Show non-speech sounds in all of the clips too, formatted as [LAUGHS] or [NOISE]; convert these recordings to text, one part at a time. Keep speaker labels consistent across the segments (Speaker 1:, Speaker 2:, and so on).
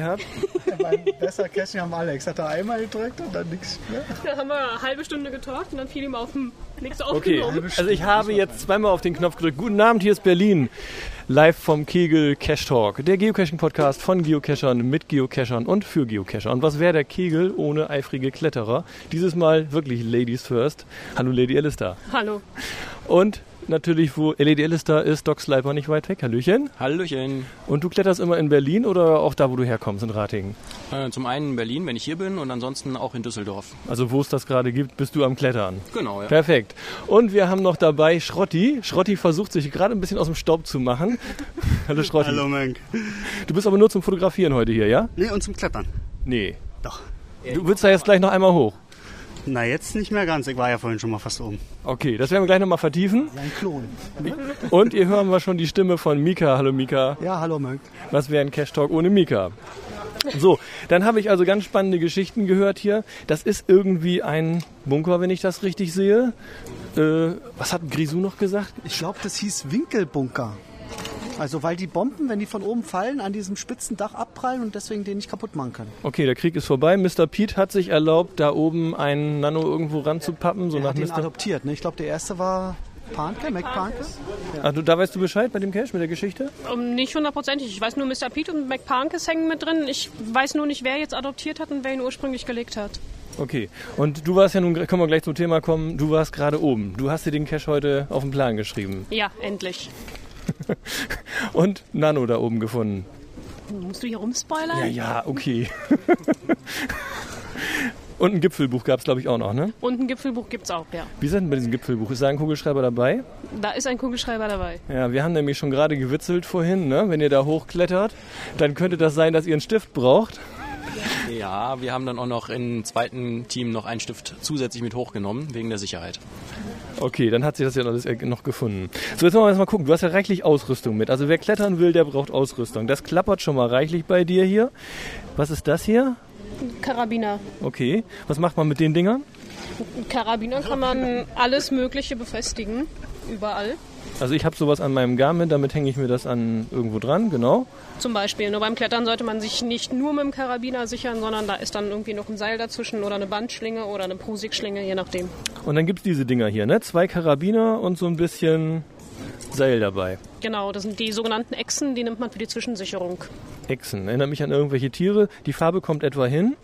Speaker 1: hat.
Speaker 2: Beim besser Casting am Alex hat er einmal gedrückt und dann nichts mehr.
Speaker 3: Da haben wir eine halbe Stunde getalkt und dann fiel ihm auf Genau. dem nichts
Speaker 1: Okay,
Speaker 3: aufgenommen.
Speaker 1: also ich habe jetzt zweimal auf den Knopf gedrückt. Guten Abend, hier ist Berlin. Live vom Kegel Cash Talk, der Geocaching-Podcast von Geocachern, mit Geocachern und für Geocacher. Und was wäre der Kegel ohne eifrige Kletterer? Dieses Mal wirklich Ladies first. Hallo Lady Alistair.
Speaker 3: Hallo.
Speaker 1: Und natürlich, wo äh, Lady Alistair ist, Doc Sliper nicht weit weg. Hallöchen.
Speaker 4: Hallöchen.
Speaker 1: Und du kletterst immer in Berlin oder auch da, wo du herkommst, in Ratingen?
Speaker 4: Äh, zum einen in Berlin, wenn ich hier bin, und ansonsten auch in Düsseldorf.
Speaker 1: Also wo es das gerade gibt, bist du am Klettern.
Speaker 4: Genau, ja.
Speaker 1: Perfekt. Und wir haben noch dabei Schrotti. Schrotti versucht sich gerade ein bisschen aus dem Staub zu
Speaker 5: [LAUGHS]
Speaker 1: machen. Hallo Schrotti.
Speaker 5: Hallo Menk.
Speaker 1: Du bist aber nur zum Fotografieren heute hier, ja?
Speaker 5: Nee, und zum Klettern.
Speaker 1: Nee.
Speaker 5: Doch.
Speaker 1: Du willst da jetzt gleich noch einmal hoch.
Speaker 5: Na, jetzt nicht mehr ganz. Ich war ja vorhin schon mal fast oben.
Speaker 1: Okay, das werden wir gleich nochmal vertiefen.
Speaker 2: Sein Klon.
Speaker 1: Und ihr hören wir schon die Stimme von Mika. Hallo Mika.
Speaker 2: Ja, hallo Mönk.
Speaker 1: Was wäre ein Cash Talk ohne Mika? So, dann habe ich also ganz spannende Geschichten gehört hier. Das ist irgendwie ein Bunker, wenn ich das richtig sehe. Äh, was hat Grisou noch gesagt?
Speaker 2: Ich glaube, das hieß Winkelbunker. Also weil die Bomben, wenn die von oben fallen, an diesem spitzen Dach abprallen und deswegen den nicht kaputt machen können.
Speaker 1: Okay, der Krieg ist vorbei. Mr. Pete hat sich erlaubt, da oben einen Nano irgendwo ranzupappen. So
Speaker 2: Er
Speaker 1: nach
Speaker 2: hat ihn
Speaker 1: Mr.
Speaker 2: adoptiert. Ne? Ich glaube, der erste war Panke, Mac Panke.
Speaker 1: Ah, du, da weißt du Bescheid bei dem Cash, mit der Geschichte?
Speaker 3: Um, nicht hundertprozentig. Ich weiß nur, Mr. Pete und McPankes hängen mit drin. Ich weiß nur nicht, wer jetzt adoptiert hat und wer ihn ursprünglich gelegt hat.
Speaker 1: Okay. Und du warst ja nun, können wir gleich zum Thema kommen, du warst gerade oben. Du hast dir den Cash heute auf den Plan geschrieben.
Speaker 3: Ja, endlich.
Speaker 1: Und Nano da oben gefunden.
Speaker 3: Musst du hier rumspoilern?
Speaker 1: Ja, ja, okay. [LAUGHS] Und ein Gipfelbuch gab es, glaube ich, auch noch, ne?
Speaker 3: Und ein Gipfelbuch gibt's auch, ja.
Speaker 1: Wie ist denn bei diesem Gipfelbuch? Ist da ein Kugelschreiber dabei?
Speaker 3: Da ist ein Kugelschreiber dabei.
Speaker 1: Ja, wir haben nämlich schon gerade gewitzelt vorhin, ne? Wenn ihr da hochklettert, dann könnte das sein, dass ihr einen Stift braucht.
Speaker 4: Ja, wir haben dann auch noch im zweiten Team noch einen Stift zusätzlich mit hochgenommen, wegen der Sicherheit.
Speaker 1: Okay, dann hat sie das ja alles äh, noch gefunden. So, jetzt wollen wir erstmal gucken. Du hast ja reichlich Ausrüstung mit. Also wer klettern will, der braucht Ausrüstung. Das klappert schon mal reichlich bei dir hier. Was ist das hier?
Speaker 3: Karabiner.
Speaker 1: Okay. Was macht man mit den Dingern?
Speaker 3: Mit Karabinern kann man alles Mögliche befestigen. Überall.
Speaker 1: Also ich habe sowas an meinem Garmin, damit hänge ich mir das an irgendwo dran, genau.
Speaker 3: Zum Beispiel. Nur beim Klettern sollte man sich nicht nur mit dem Karabiner sichern, sondern da ist dann irgendwie noch ein Seil dazwischen oder eine Bandschlinge oder eine Prusikschlinge, je nachdem.
Speaker 1: Und dann gibt's diese Dinger hier, ne? Zwei Karabiner und so ein bisschen Seil dabei.
Speaker 3: Genau, das sind die sogenannten Echsen, die nimmt man für die Zwischensicherung.
Speaker 1: Echsen. Erinnert mich an irgendwelche Tiere. Die Farbe kommt etwa hin.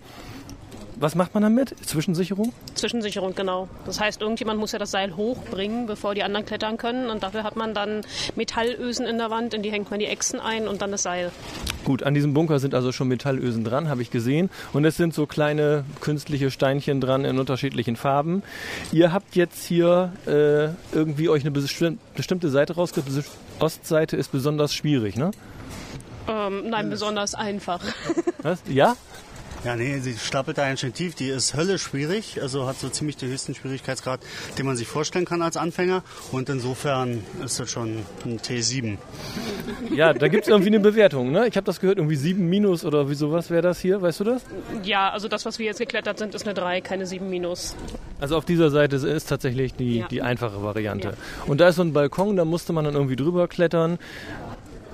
Speaker 1: Was macht man damit? Zwischensicherung?
Speaker 3: Zwischensicherung, genau. Das heißt, irgendjemand muss ja das Seil hochbringen, bevor die anderen klettern können. Und dafür hat man dann Metallösen in der Wand, in die hängt man die Echsen ein und dann das Seil.
Speaker 1: Gut, an diesem Bunker sind also schon Metallösen dran, habe ich gesehen. Und es sind so kleine künstliche Steinchen dran in unterschiedlichen Farben. Ihr habt jetzt hier äh, irgendwie euch eine bestimm- bestimmte Seite rausgesucht. Diese Ostseite ist besonders schwierig, ne?
Speaker 3: Ähm, nein, besonders einfach.
Speaker 1: Was? Ja?
Speaker 5: Ja, nee, sie stapelt da ganz schön tief. Die ist Hölle schwierig. Also hat so ziemlich den höchsten Schwierigkeitsgrad, den man sich vorstellen kann als Anfänger. Und insofern ist das schon ein T7.
Speaker 1: Ja, da gibt es irgendwie eine Bewertung, ne? Ich habe das gehört, irgendwie 7 minus oder wie sowas wäre das hier, weißt du das?
Speaker 3: ja, also das, was wir jetzt geklettert sind, ist eine 3, keine 7 minus.
Speaker 1: Also auf dieser Seite ist tatsächlich die,
Speaker 3: Ja.
Speaker 1: die einfache Variante. Und da ist so ein Balkon, da musste man dann irgendwie drüber klettern.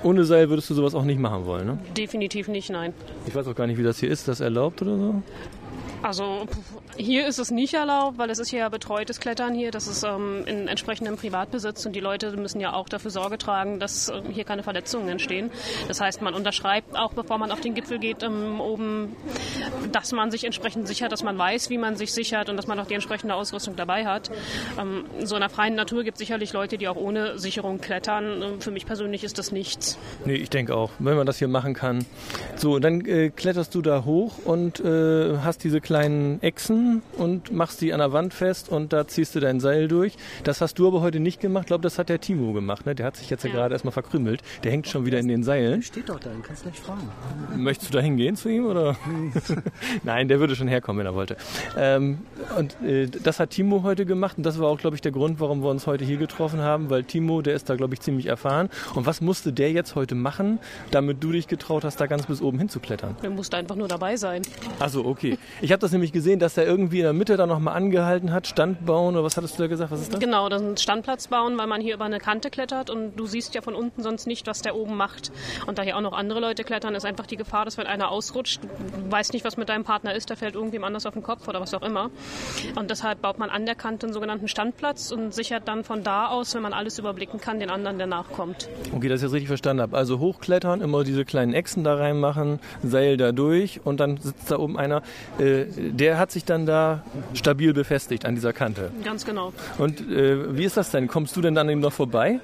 Speaker 1: Ohne Seil würdest du sowas auch nicht machen wollen, ne?
Speaker 3: Definitiv nicht, nein.
Speaker 1: Ich weiß auch gar nicht, wie das hier ist. Ist das erlaubt oder so?
Speaker 3: Also pf, hier ist es nicht erlaubt, weil es ist ja betreutes Klettern hier. Das ist ähm, in entsprechendem Privatbesitz und die Leute müssen ja auch dafür Sorge tragen, dass ähm, hier keine Verletzungen entstehen. Das heißt, man unterschreibt auch, bevor man auf den Gipfel geht, ähm, oben, dass man sich entsprechend sichert, dass man weiß, wie man sich sichert und dass man auch die entsprechende Ausrüstung dabei hat. Ähm, in so einer freien Natur gibt es sicherlich Leute, die auch ohne Sicherung klettern. Ähm, für mich persönlich ist das nichts.
Speaker 1: Nee, ich denke auch, wenn man das hier machen kann. So, und dann äh, kletterst du da hoch und äh, hast diese kleinen Echsen und machst die an der Wand fest und da ziehst du dein Seil durch. Das hast du aber heute nicht gemacht. Ich glaube, das hat der Timo gemacht. Ne? Der hat sich jetzt ja gerade erstmal verkrümmelt. Der hängt schon wieder in den Seilen.
Speaker 2: Steht doch da, dann kannst du gleich fragen.
Speaker 1: Möchtest du da hingehen zu ihm? [LAUGHS] Oder? Nein, der würde schon herkommen, wenn er wollte. Ähm, und äh, das hat Timo heute gemacht und das war auch, glaube ich, der Grund, warum wir uns heute hier getroffen haben, weil Timo, der ist da, glaube ich, ziemlich erfahren. Und was musste der jetzt heute machen, damit du dich getraut hast, da ganz bis oben hinzuklettern?
Speaker 3: Man muss da einfach nur dabei sein.
Speaker 1: Also okay. Ich habe das nämlich gesehen, dass er irgendwie in der Mitte da nochmal angehalten hat, Stand bauen oder was hattest du da gesagt? Was ist das?
Speaker 3: Genau, das ist ein Standplatz bauen, weil man hier über eine Kante klettert und du siehst ja von unten sonst nicht, was der oben macht. Und da hier auch noch andere Leute klettern, ist einfach die Gefahr, dass wenn einer ausrutscht, du weißt nicht, was mit deinem Partner ist, da fällt irgendwem anders auf den Kopf oder was auch immer. Und deshalb baut man an der Kante einen sogenannten Standplatz und sichert dann von da aus, wenn man alles überblicken kann, den anderen, der nachkommt.
Speaker 1: Okay, dass ich das richtig verstanden habe. Also hochklettern, immer diese kleinen Echsen da reinmachen, Seil da durch und dann sitzt da oben einer. Äh, der hat sich dann da stabil befestigt an dieser Kante.
Speaker 3: Ganz genau.
Speaker 1: Und äh, wie ist das denn? Kommst du denn an dem noch vorbei?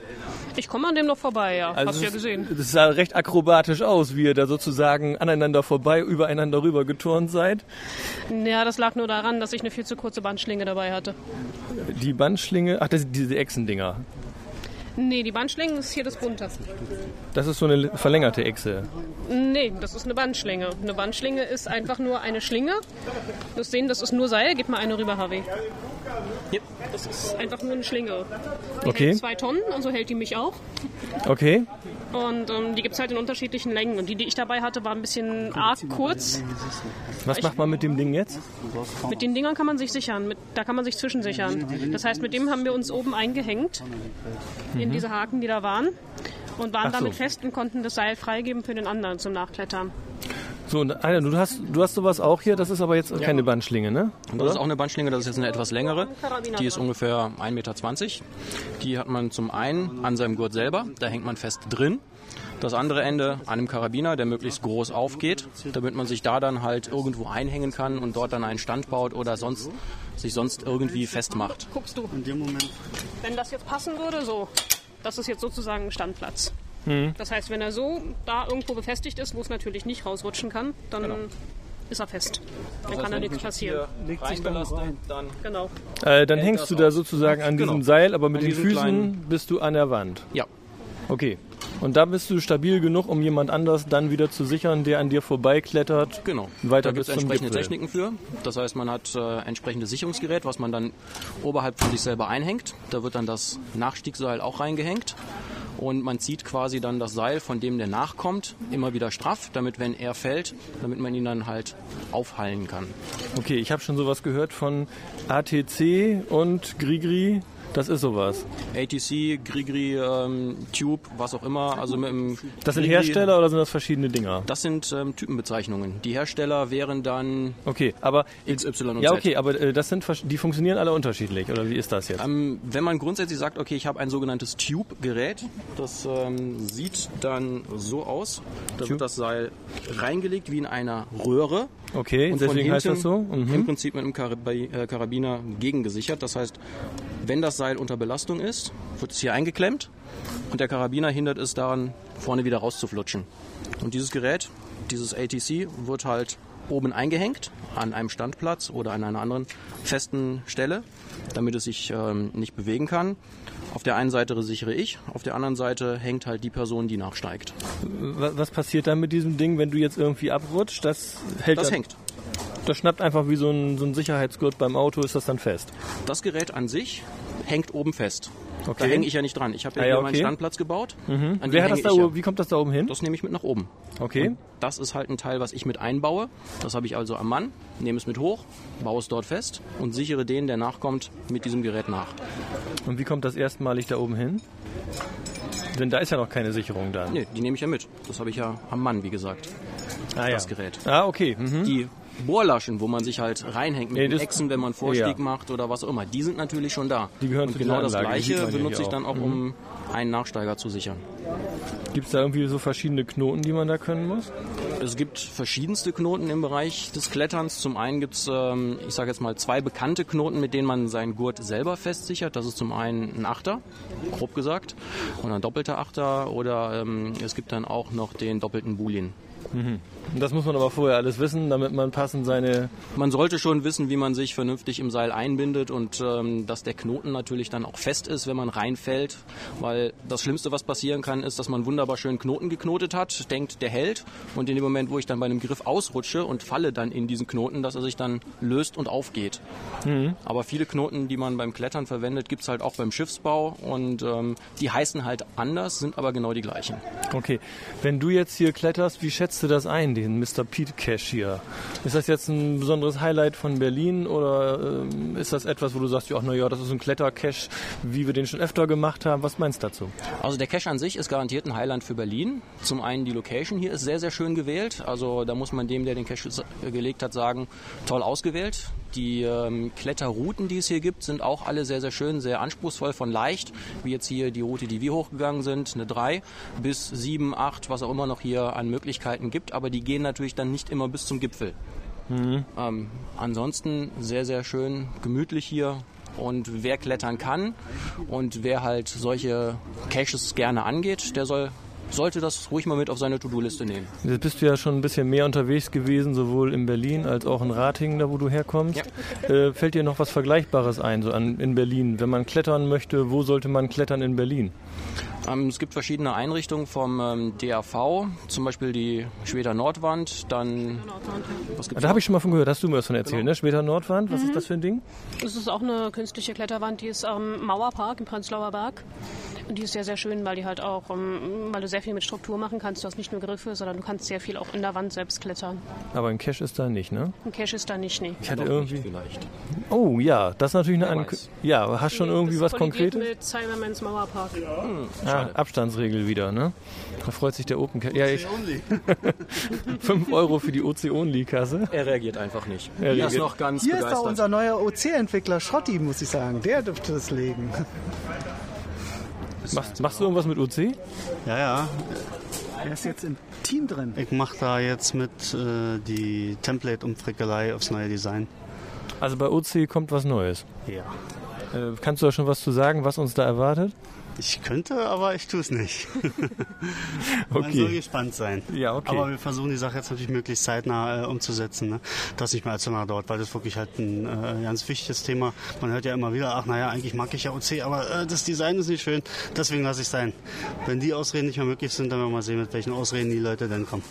Speaker 3: Ich komme an dem noch vorbei, ja. Hab's
Speaker 1: Also es
Speaker 3: Also ja gesehen.
Speaker 1: Ist, das sah recht akrobatisch aus, wie ihr da sozusagen aneinander vorbei, übereinander rüber geturnt seid.
Speaker 3: Ja, das lag nur daran, dass ich eine viel zu kurze Bandschlinge dabei hatte.
Speaker 1: Die Bandschlinge, ach, das, sind diese Echsendinger.
Speaker 3: Nee, die Bandschlinge ist hier das Bunte.
Speaker 1: Das ist so eine verlängerte Echse.
Speaker 3: Nee, das ist eine Bandschlinge. Eine Bandschlinge ist einfach nur eine Schlinge. Du sehen, das ist nur Seil. Gib mal eine rüber, Harvey.
Speaker 4: Ja.
Speaker 3: Das ist einfach nur eine Schlinge. Die
Speaker 1: Okay.
Speaker 3: hält zwei Tonnen und so hält die mich auch.
Speaker 1: Okay.
Speaker 3: Und ähm, die gibt es halt in unterschiedlichen Längen. Und die, die ich dabei hatte, war ein bisschen arg kurz.
Speaker 1: Was macht man mit dem Ding jetzt?
Speaker 3: Mit den Dingern kann man sich sichern. Mit, da kann man sich zwischensichern. Das heißt, mit dem haben wir uns oben eingehängt in diese Haken, die da waren. Und
Speaker 1: Mhm.
Speaker 3: waren
Speaker 1: Ach so.
Speaker 3: damit fest und konnten das Seil freigeben für den anderen zum Nachklettern.
Speaker 1: So, und einer, du hast, du hast sowas auch hier, das ist aber jetzt keine Bandschlinge, ne?
Speaker 4: Und das ist auch eine Bandschlinge, das ist jetzt eine etwas längere.
Speaker 3: Karabiner
Speaker 4: Die ist
Speaker 3: dran.
Speaker 4: ungefähr 1,20 Meter. Die hat man zum einen an seinem Gurt selber, da hängt man fest drin. Das andere Ende an einem Karabiner, der möglichst groß aufgeht, damit man sich da dann halt irgendwo einhängen kann und dort dann einen Stand baut oder sonst, sich sonst irgendwie festmacht.
Speaker 3: Guckst du,
Speaker 5: In dem Moment
Speaker 3: wenn das jetzt passen würde, so. Das ist jetzt sozusagen ein Standplatz.
Speaker 1: Mhm.
Speaker 3: Das heißt, wenn er so da irgendwo befestigt ist, wo es natürlich nicht rausrutschen kann, dann
Speaker 1: Genau.
Speaker 3: ist er fest.
Speaker 1: Also
Speaker 3: Dann kann da nichts passieren.
Speaker 4: Legt sich dann dann
Speaker 3: Genau.
Speaker 1: Äh, dann
Speaker 4: Hält
Speaker 1: hängst
Speaker 4: das
Speaker 1: du da
Speaker 4: auf.
Speaker 1: sozusagen an diesem
Speaker 4: Genau.
Speaker 1: Seil, aber mit
Speaker 4: An
Speaker 1: den
Speaker 4: diesen
Speaker 1: Füßen
Speaker 4: kleinen-
Speaker 1: bist du an der Wand.
Speaker 4: ja,
Speaker 1: Okay. Und da bist du stabil genug, um jemand anders dann wieder zu sichern, der an dir vorbeiklettert.
Speaker 4: Genau.
Speaker 1: Weiter
Speaker 4: da gibt
Speaker 1: bis
Speaker 4: es
Speaker 1: zum
Speaker 4: entsprechende
Speaker 1: Gipfel.
Speaker 4: Techniken für. Das heißt, man hat äh, entsprechendes Sicherungsgerät, was man dann oberhalb von sich selber einhängt. Da wird dann das Nachstiegseil auch reingehängt. Und man zieht quasi dann das Seil, von dem der nachkommt, immer wieder straff, damit wenn er fällt, damit man ihn dann halt aufhallen kann.
Speaker 1: Okay, ich habe schon sowas gehört von ATC und Grigri. Das ist sowas.
Speaker 4: ATC, Grigri, ähm, Tube, was auch immer. Also mit dem
Speaker 1: Das sind
Speaker 4: Grigri-
Speaker 1: Hersteller oder sind das verschiedene Dinger?
Speaker 4: Das sind ähm, Typenbezeichnungen. Die Hersteller wären dann
Speaker 1: Okay, aber
Speaker 4: XY und
Speaker 1: ja
Speaker 4: Z.
Speaker 1: okay, aber äh, das sind versch- die funktionieren alle unterschiedlich oder wie ist das jetzt?
Speaker 4: Ähm, wenn man grundsätzlich sagt, okay, ich habe ein sogenanntes Tube-Gerät, das ähm, sieht dann so aus. Da wird das Seil reingelegt wie in einer Röhre.
Speaker 1: Okay,
Speaker 4: von
Speaker 1: deswegen heißt
Speaker 4: hinten
Speaker 1: das so. Mhm.
Speaker 4: Im Prinzip mit einem Karabi äh, Karabiner gegengesichert. Das heißt, wenn das Seil unter Belastung ist, wird es hier eingeklemmt und der Karabiner hindert es daran, vorne wieder rauszuflutschen. Und dieses Gerät, dieses ATC, wird halt oben eingehängt an einem Standplatz oder an einer anderen festen Stelle, damit es sich ähm, nicht bewegen kann. Auf der einen Seite sichere ich, auf der anderen Seite hängt halt die Person, die nachsteigt.
Speaker 1: Wa- Was passiert dann mit diesem Ding, wenn du jetzt irgendwie abrutscht? Das hält
Speaker 4: Das
Speaker 1: dann-
Speaker 4: hängt.
Speaker 1: Das schnappt einfach wie so ein, so ein Sicherheitsgurt beim Auto, ist das dann fest.
Speaker 4: Das Gerät an sich hängt oben fest.
Speaker 1: Okay.
Speaker 4: Da hänge ich ja nicht dran. Ich habe ja,
Speaker 1: Ah ja,
Speaker 4: hier meinen
Speaker 1: okay. Mhm.
Speaker 4: Standplatz gebaut. An dem
Speaker 1: Wer hat das
Speaker 4: hänge
Speaker 1: da,
Speaker 4: ich
Speaker 1: oben-
Speaker 4: ja.
Speaker 1: Wie kommt das da oben hin?
Speaker 4: Das nehme ich mit nach oben.
Speaker 1: Okay.
Speaker 4: Das ist halt ein Teil, was ich mit einbaue. Das habe ich also am Mann, nehme es mit hoch, baue es dort fest und sichere den, der nachkommt, mit diesem Gerät nach.
Speaker 1: Und wie kommt das erstmalig da oben hin? Denn da ist ja noch keine Sicherung dann.
Speaker 4: Nee, die nehme ich ja mit. Das habe ich ja am Mann, wie gesagt.
Speaker 1: ah,
Speaker 4: das Gerät.
Speaker 1: Ah, okay. Mhm.
Speaker 4: Die Bohrlaschen, wo man sich halt reinhängt mit
Speaker 1: Nee,
Speaker 4: den
Speaker 1: das-
Speaker 4: Echsen, wenn man Vorstieg
Speaker 1: ja.
Speaker 4: macht oder was auch immer, die sind natürlich schon da.
Speaker 1: Die gehören
Speaker 4: und
Speaker 1: zu
Speaker 4: genau
Speaker 1: dieser
Speaker 4: das
Speaker 1: Anlage, die sieht
Speaker 4: gleiche
Speaker 1: man ja
Speaker 4: benutze
Speaker 1: hier
Speaker 4: ich dann
Speaker 1: auch. Mhm.
Speaker 4: auch, um einen Nachsteiger zu sichern.
Speaker 1: Gibt es da irgendwie so verschiedene Knoten, die man da können muss?
Speaker 4: Es gibt verschiedenste Knoten im Bereich des Kletterns. Zum einen gibt es, ähm, ich sage jetzt mal, zwei bekannte Knoten, mit denen man seinen Gurt selber festsichert. Das ist zum einen ein Achter, grob gesagt, oder ein doppelter Achter. Oder ähm, es gibt dann auch noch den doppelten Bulin.
Speaker 1: Das muss man aber vorher alles wissen, damit man passend seine...
Speaker 4: Man sollte schon wissen, wie man sich vernünftig im Seil einbindet und ähm, dass der Knoten natürlich dann auch fest ist, wenn man reinfällt. Weil das Schlimmste, was passieren kann, ist, dass man wunderbar schön Knoten geknotet hat, denkt, der hält. Und in dem Moment, wo ich dann bei einem Griff ausrutsche und falle dann in diesen Knoten, dass er sich dann löst und aufgeht. Aber viele Knoten, die man beim Klettern verwendet, gibt's halt auch beim Schiffsbau. Und ähm, die heißen halt anders, sind aber genau die gleichen.
Speaker 1: Okay, wenn du jetzt hier kletterst, wie schätzt du das ein? kennen den Mr. Pete Cashier. Ist das jetzt ein besonderes Highlight von Berlin oder ähm, ist das etwas, wo du sagst, ja, naja, das ist ein Klettercache, wie wir den schon öfter gemacht haben? Was meinst du dazu?
Speaker 4: Also der Cache an sich ist garantiert ein Highland für Berlin. Zum einen die Location hier ist sehr, sehr schön gewählt. Also da muss man dem, der den Cache sa- äh, gelegt hat, sagen, toll ausgewählt. Die ähm, Kletterrouten, die es hier gibt, sind auch alle sehr, sehr schön, sehr anspruchsvoll von leicht, wie jetzt hier die Route, die wir hochgegangen sind, eine 3 bis 7, 8, was auch immer noch hier an Möglichkeiten gibt. Aber die gehen natürlich dann nicht immer bis zum Gipfel. Ähm, ansonsten sehr, sehr schön, gemütlich hier. Und wer klettern kann und wer halt solche Caches gerne angeht, der soll, sollte das ruhig mal mit auf seine To-Do-Liste nehmen.
Speaker 1: Jetzt bist du ja schon ein bisschen mehr unterwegs gewesen, sowohl in Berlin als auch in Ratingen, da wo du herkommst. [LAUGHS] Äh, fällt dir noch was Vergleichbares ein, so an, in Berlin? Wenn man klettern möchte, wo sollte man klettern in Berlin?
Speaker 4: Ähm, es gibt verschiedene Einrichtungen vom ähm, DAV, zum Beispiel die Schweder Nordwand, dann was gibt's
Speaker 1: Ah, Da habe ich schon mal von gehört, hast du mir was von erzählt,
Speaker 4: Genau.
Speaker 1: ne? Später Nordwand, was ist das für ein Ding?
Speaker 3: Das ist auch eine künstliche Kletterwand, die ist am Mauerpark im Prenzlauer Berg. Und die ist sehr, sehr schön, weil die halt auch, ähm, weil du sehr viel mit Struktur machen kannst. Du hast nicht nur Griffe, sondern du kannst sehr viel auch in der Wand selbst klettern.
Speaker 1: Aber ein Cache ist da nicht, ne?
Speaker 3: Ein Cache ist da nicht, nee.
Speaker 1: Ich hatte
Speaker 4: noch nicht
Speaker 1: irgendwie.
Speaker 4: vielleicht.
Speaker 1: Oh ja, das ist natürlich eine
Speaker 4: Wer
Speaker 1: Ank
Speaker 4: weiß.
Speaker 1: Ja, aber hast schon irgendwie was Konkretes?
Speaker 3: mit Cybermans Mauerpark.
Speaker 1: Ah, Abstandsregel wieder, ne? Da freut sich der Open Cache. Ja,
Speaker 4: [LAUGHS]
Speaker 1: ich. 5 Euro für die OC-Only-Kasse.
Speaker 4: Er reagiert einfach nicht.
Speaker 1: Er
Speaker 4: Er ist
Speaker 1: reagiert-
Speaker 4: noch ganz
Speaker 2: Hier ist da
Speaker 4: begeistert.
Speaker 2: unser neuer OC-Entwickler Schrotti, muss ich sagen. Der dürfte das [LAUGHS] legen.
Speaker 1: Machst, machst du irgendwas mit OC?
Speaker 5: Ja, ja.
Speaker 2: Er ist jetzt im Team drin.
Speaker 5: Ich mache da jetzt mit äh, die Template-Umfrickelei aufs neue Design.
Speaker 1: Also bei OC kommt was Neues.
Speaker 5: Ja.
Speaker 1: Äh, kannst du da schon was zu sagen, was uns da erwartet?
Speaker 5: Ich könnte, aber ich tue es nicht. Man soll
Speaker 1: Okay.
Speaker 5: gespannt sein.
Speaker 1: Ja, okay.
Speaker 5: Aber wir versuchen die Sache jetzt natürlich möglichst zeitnah äh, umzusetzen, ne? dass nicht mehr allzu lange dauert, weil das wirklich halt ein äh, ganz wichtiges Thema. Man hört ja immer wieder, ach naja, eigentlich mag ich ja OC, aber äh, das Design ist nicht schön, deswegen lasse ich es sein. Wenn die Ausreden nicht mehr möglich sind, dann werden wir mal sehen, mit welchen Ausreden die Leute dann kommen.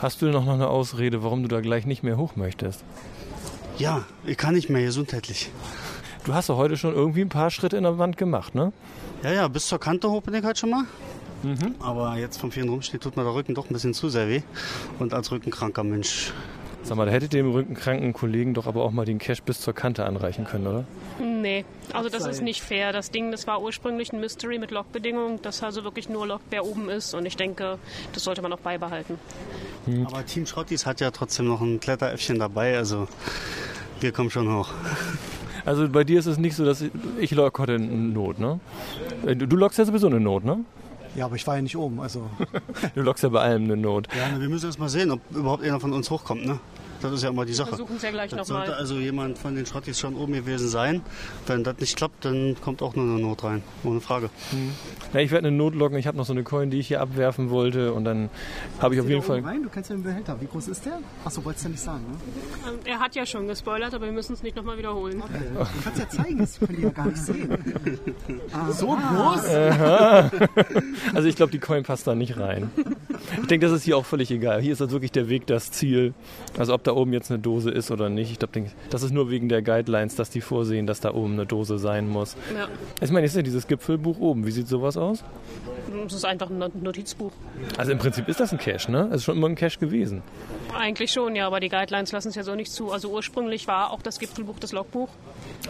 Speaker 1: Hast du noch noch eine Ausrede, warum du da gleich nicht mehr hoch möchtest?
Speaker 5: Ja, ich kann nicht mehr gesundheitlich.
Speaker 1: Du hast doch heute schon irgendwie ein paar Schritte in der Wand gemacht, ne?
Speaker 5: Ja, ja, bis zur Kante hoch bin ich halt schon mal.
Speaker 1: Mhm.
Speaker 5: Aber jetzt vom vielen Rumstehen tut mir der Rücken doch ein bisschen zu sehr weh. Und als rückenkranker Mensch
Speaker 1: Sag mal, da hättet ihr dem rückenkranken Kollegen doch aber auch mal den Cash bis zur Kante anreichen können, oder?
Speaker 3: Nee, also das ist nicht fair. Das Ding, das war ursprünglich ein Mystery mit Lockbedingungen, dass also wirklich nur lockt, wer oben ist. Und ich denke, das sollte man auch beibehalten.
Speaker 5: Aber Team Schrottis hat ja trotzdem noch ein Kletteräffchen dabei, also wir kommen schon hoch.
Speaker 1: Also bei dir ist es nicht so, dass ich, ich lock heute eine Not, ne? Äh, Du, du lockst ja sowieso eine Not, ne?
Speaker 2: Ja, aber ich war ja nicht oben. Also
Speaker 1: Du lockst ja bei allem eine Not.
Speaker 5: Ja, na, wir müssen erst mal sehen, ob überhaupt einer von uns hochkommt, ne? Das ist ja immer die Sache.
Speaker 3: Versuchen es ja gleich
Speaker 5: Das sollte
Speaker 3: nochmal.
Speaker 5: also jemand von den Schrottis schon oben gewesen sein. Wenn das nicht klappt, dann kommt auch nur eine Not rein, ohne Frage.
Speaker 1: Na, ich werde eine Not locken. Ich habe noch so eine Coin, die ich hier abwerfen wollte. Und dann habe ich auf jeden Fall...
Speaker 2: Oh Nein, du kennst ja den Behälter. Wie groß ist der? Achso, wolltest du ja nicht sagen, ne?
Speaker 3: Ähm, Er hat ja schon gespoilert, aber wir müssen es nicht nochmal wiederholen.
Speaker 2: Ich kann's ja zeigen, das können die ja gar nicht sehen. [LAUGHS] so groß?
Speaker 1: Also ich glaube, die Coin passt da nicht rein. Ich denke, das ist hier auch völlig egal. Hier ist das wirklich der Weg, das Ziel. Also ob da oben jetzt eine Dose ist oder nicht. Ich glaube, das ist nur wegen der Guidelines, dass die vorsehen, dass da oben eine Dose sein muss.
Speaker 3: Ja.
Speaker 1: Ich meine, ist ja dieses Gipfelbuch oben. Wie sieht sowas aus?
Speaker 3: Es ist einfach ein Notizbuch.
Speaker 1: Also im Prinzip ist das ein Cache, ne? Es ist schon immer ein Cache gewesen.
Speaker 3: Eigentlich schon, ja, aber die Guidelines lassen es ja so nicht zu. Also ursprünglich war auch das Gipfelbuch das Logbuch,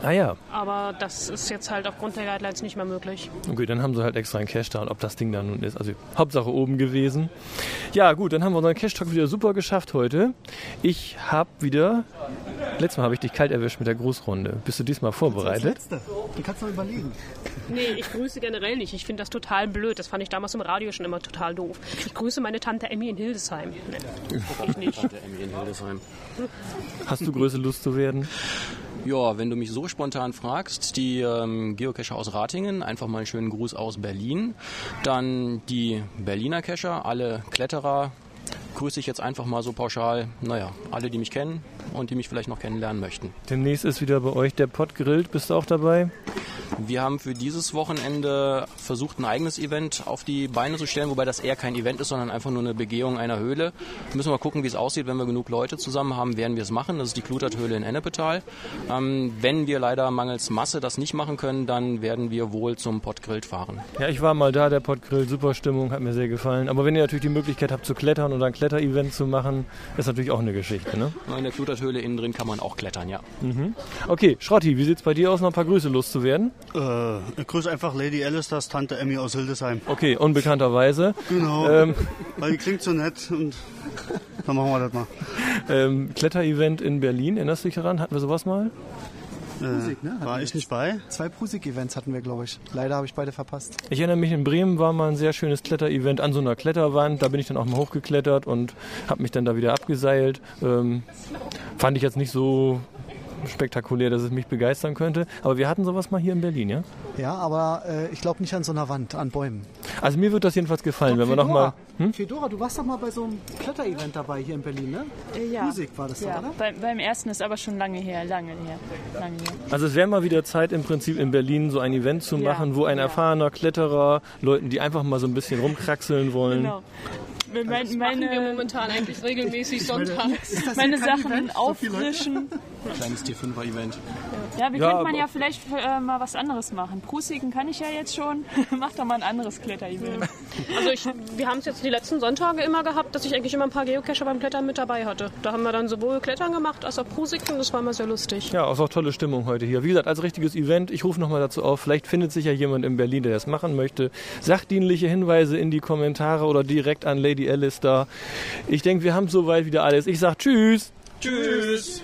Speaker 1: Ah ja.
Speaker 3: aber das ist jetzt halt aufgrund der Guidelines nicht mehr möglich.
Speaker 1: Okay, dann haben sie halt extra einen Cache da und ob das Ding da nun ist. Also Hauptsache oben gewesen. Ja gut, dann haben wir unseren Cache-Talk wieder super geschafft heute. Ich habe wieder... Letztes Mal habe ich dich kalt erwischt mit der Grußrunde. Bist du diesmal
Speaker 2: Das
Speaker 1: vorbereitet?
Speaker 2: letzte. Du kannst noch überlegen.
Speaker 3: Nee, ich grüße generell nicht. Ich finde das total blöd. Das fand ich damals im Radio schon immer total doof. Ich grüße meine Tante Emmy in Hildesheim. Nee, ich nicht.
Speaker 4: Der Emmy in Hildesheim.
Speaker 1: Hast du größere Lust zu werden?
Speaker 4: Ja, wenn du mich so spontan fragst, die ähm, Geocacher aus Ratingen, einfach mal einen schönen Gruß aus Berlin. Dann die Berliner Cacher, alle Kletterer, grüße ich jetzt einfach mal so pauschal, naja, alle, die mich kennen und die mich vielleicht noch kennenlernen möchten.
Speaker 1: Demnächst ist wieder bei euch der Pott grillt. Bist du auch dabei?
Speaker 4: Wir haben für dieses Wochenende versucht, ein eigenes Event auf die Beine zu stellen, wobei das eher kein Event ist, sondern einfach nur eine Begehung einer Höhle. Müssen wir mal gucken, wie es aussieht. Wenn wir genug Leute zusammen haben, werden wir es machen. Das ist die Klutert-Höhle in Ennepetal. Ähm, wenn wir leider mangels Masse das nicht machen können, dann werden wir wohl zum Pottgrill fahren.
Speaker 1: Ja, ich war mal da, der Pottgrill, super Stimmung, hat mir sehr gefallen. Aber wenn ihr natürlich die Möglichkeit habt zu klettern oder ein Kletterevent zu machen, ist natürlich auch eine Geschichte, ne?
Speaker 4: In der Klutert-Höhle innen drin kann man auch klettern, ja.
Speaker 1: Okay, Schrotti, wie sieht's bei dir aus, noch ein paar Grüße loszuwerden?
Speaker 5: Äh, grüß einfach Lady Alistairs Tante Emmy aus Hildesheim.
Speaker 1: Okay, unbekannterweise.
Speaker 5: Genau.
Speaker 1: Ähm,
Speaker 5: Weil die klingt so nett und dann machen wir das mal.
Speaker 1: ähm, Kletterevent in Berlin, erinnerst du dich daran? Hatten wir sowas mal?
Speaker 2: Prusik, ne?
Speaker 5: Äh, War ich nicht bei?
Speaker 2: Zwei Prusik-Events hatten wir, glaube ich. Leider habe ich beide verpasst.
Speaker 1: Ich erinnere mich, in Bremen war mal ein sehr schönes Kletterevent an so einer Kletterwand. Da bin ich dann auch mal hochgeklettert und habe mich dann da wieder abgeseilt. Ähm, fand ich jetzt nicht so spektakulär, dass es mich begeistern könnte. Aber wir hatten sowas mal hier in Berlin, ja?
Speaker 2: Ja, aber äh, ich glaube nicht an so einer Wand, an Bäumen.
Speaker 1: Also mir wird das jedenfalls gefallen, wenn wir nochmal...
Speaker 2: Hm? Fedora, du warst doch mal bei so einem Kletterevent dabei hier in Berlin, ne?
Speaker 6: Ja.
Speaker 2: Musik war das doch,
Speaker 6: ja.
Speaker 2: oder?
Speaker 6: Beim, beim ersten ist aber schon lange her, lange her, lange her.
Speaker 1: Also es wäre mal wieder Zeit, im Prinzip in Berlin so ein Event zu
Speaker 6: Ja,
Speaker 1: machen, wo ein
Speaker 6: ja.
Speaker 1: erfahrener Kletterer, Leuten, die einfach mal so ein bisschen rumkraxeln wollen...
Speaker 6: Genau. Mein, mein,
Speaker 3: Machen wir
Speaker 6: meine,
Speaker 3: momentan eigentlich
Speaker 6: [LAUGHS]
Speaker 3: regelmäßig sonntags.
Speaker 6: meine Sachen auffrischen.
Speaker 2: [LAUGHS]
Speaker 4: Kleines T5er-Event.
Speaker 6: Ja, wir
Speaker 1: Ja,
Speaker 6: könnte man
Speaker 1: aber-
Speaker 6: ja vielleicht äh, mal was anderes machen. Prusiken kann ich ja jetzt schon. [LAUGHS] Mach doch mal ein anderes Kletterevent.
Speaker 3: Also ich, wir haben es jetzt die letzten Sonntage immer gehabt, dass ich eigentlich immer ein paar Geocacher beim Klettern mit dabei hatte. Da haben wir dann sowohl Klettern gemacht als auch Prusiken. Das war immer sehr lustig.
Speaker 1: Ja, ist auch tolle Stimmung heute hier. Wie gesagt, als richtiges Event, ich rufe nochmal dazu auf, vielleicht findet sich ja jemand in Berlin, der das machen möchte. Sachdienliche Hinweise in die Kommentare oder direkt an Lady Alice da. Ich denke, wir haben soweit wieder alles. Ich sag Tschüss.
Speaker 4: Tschüss!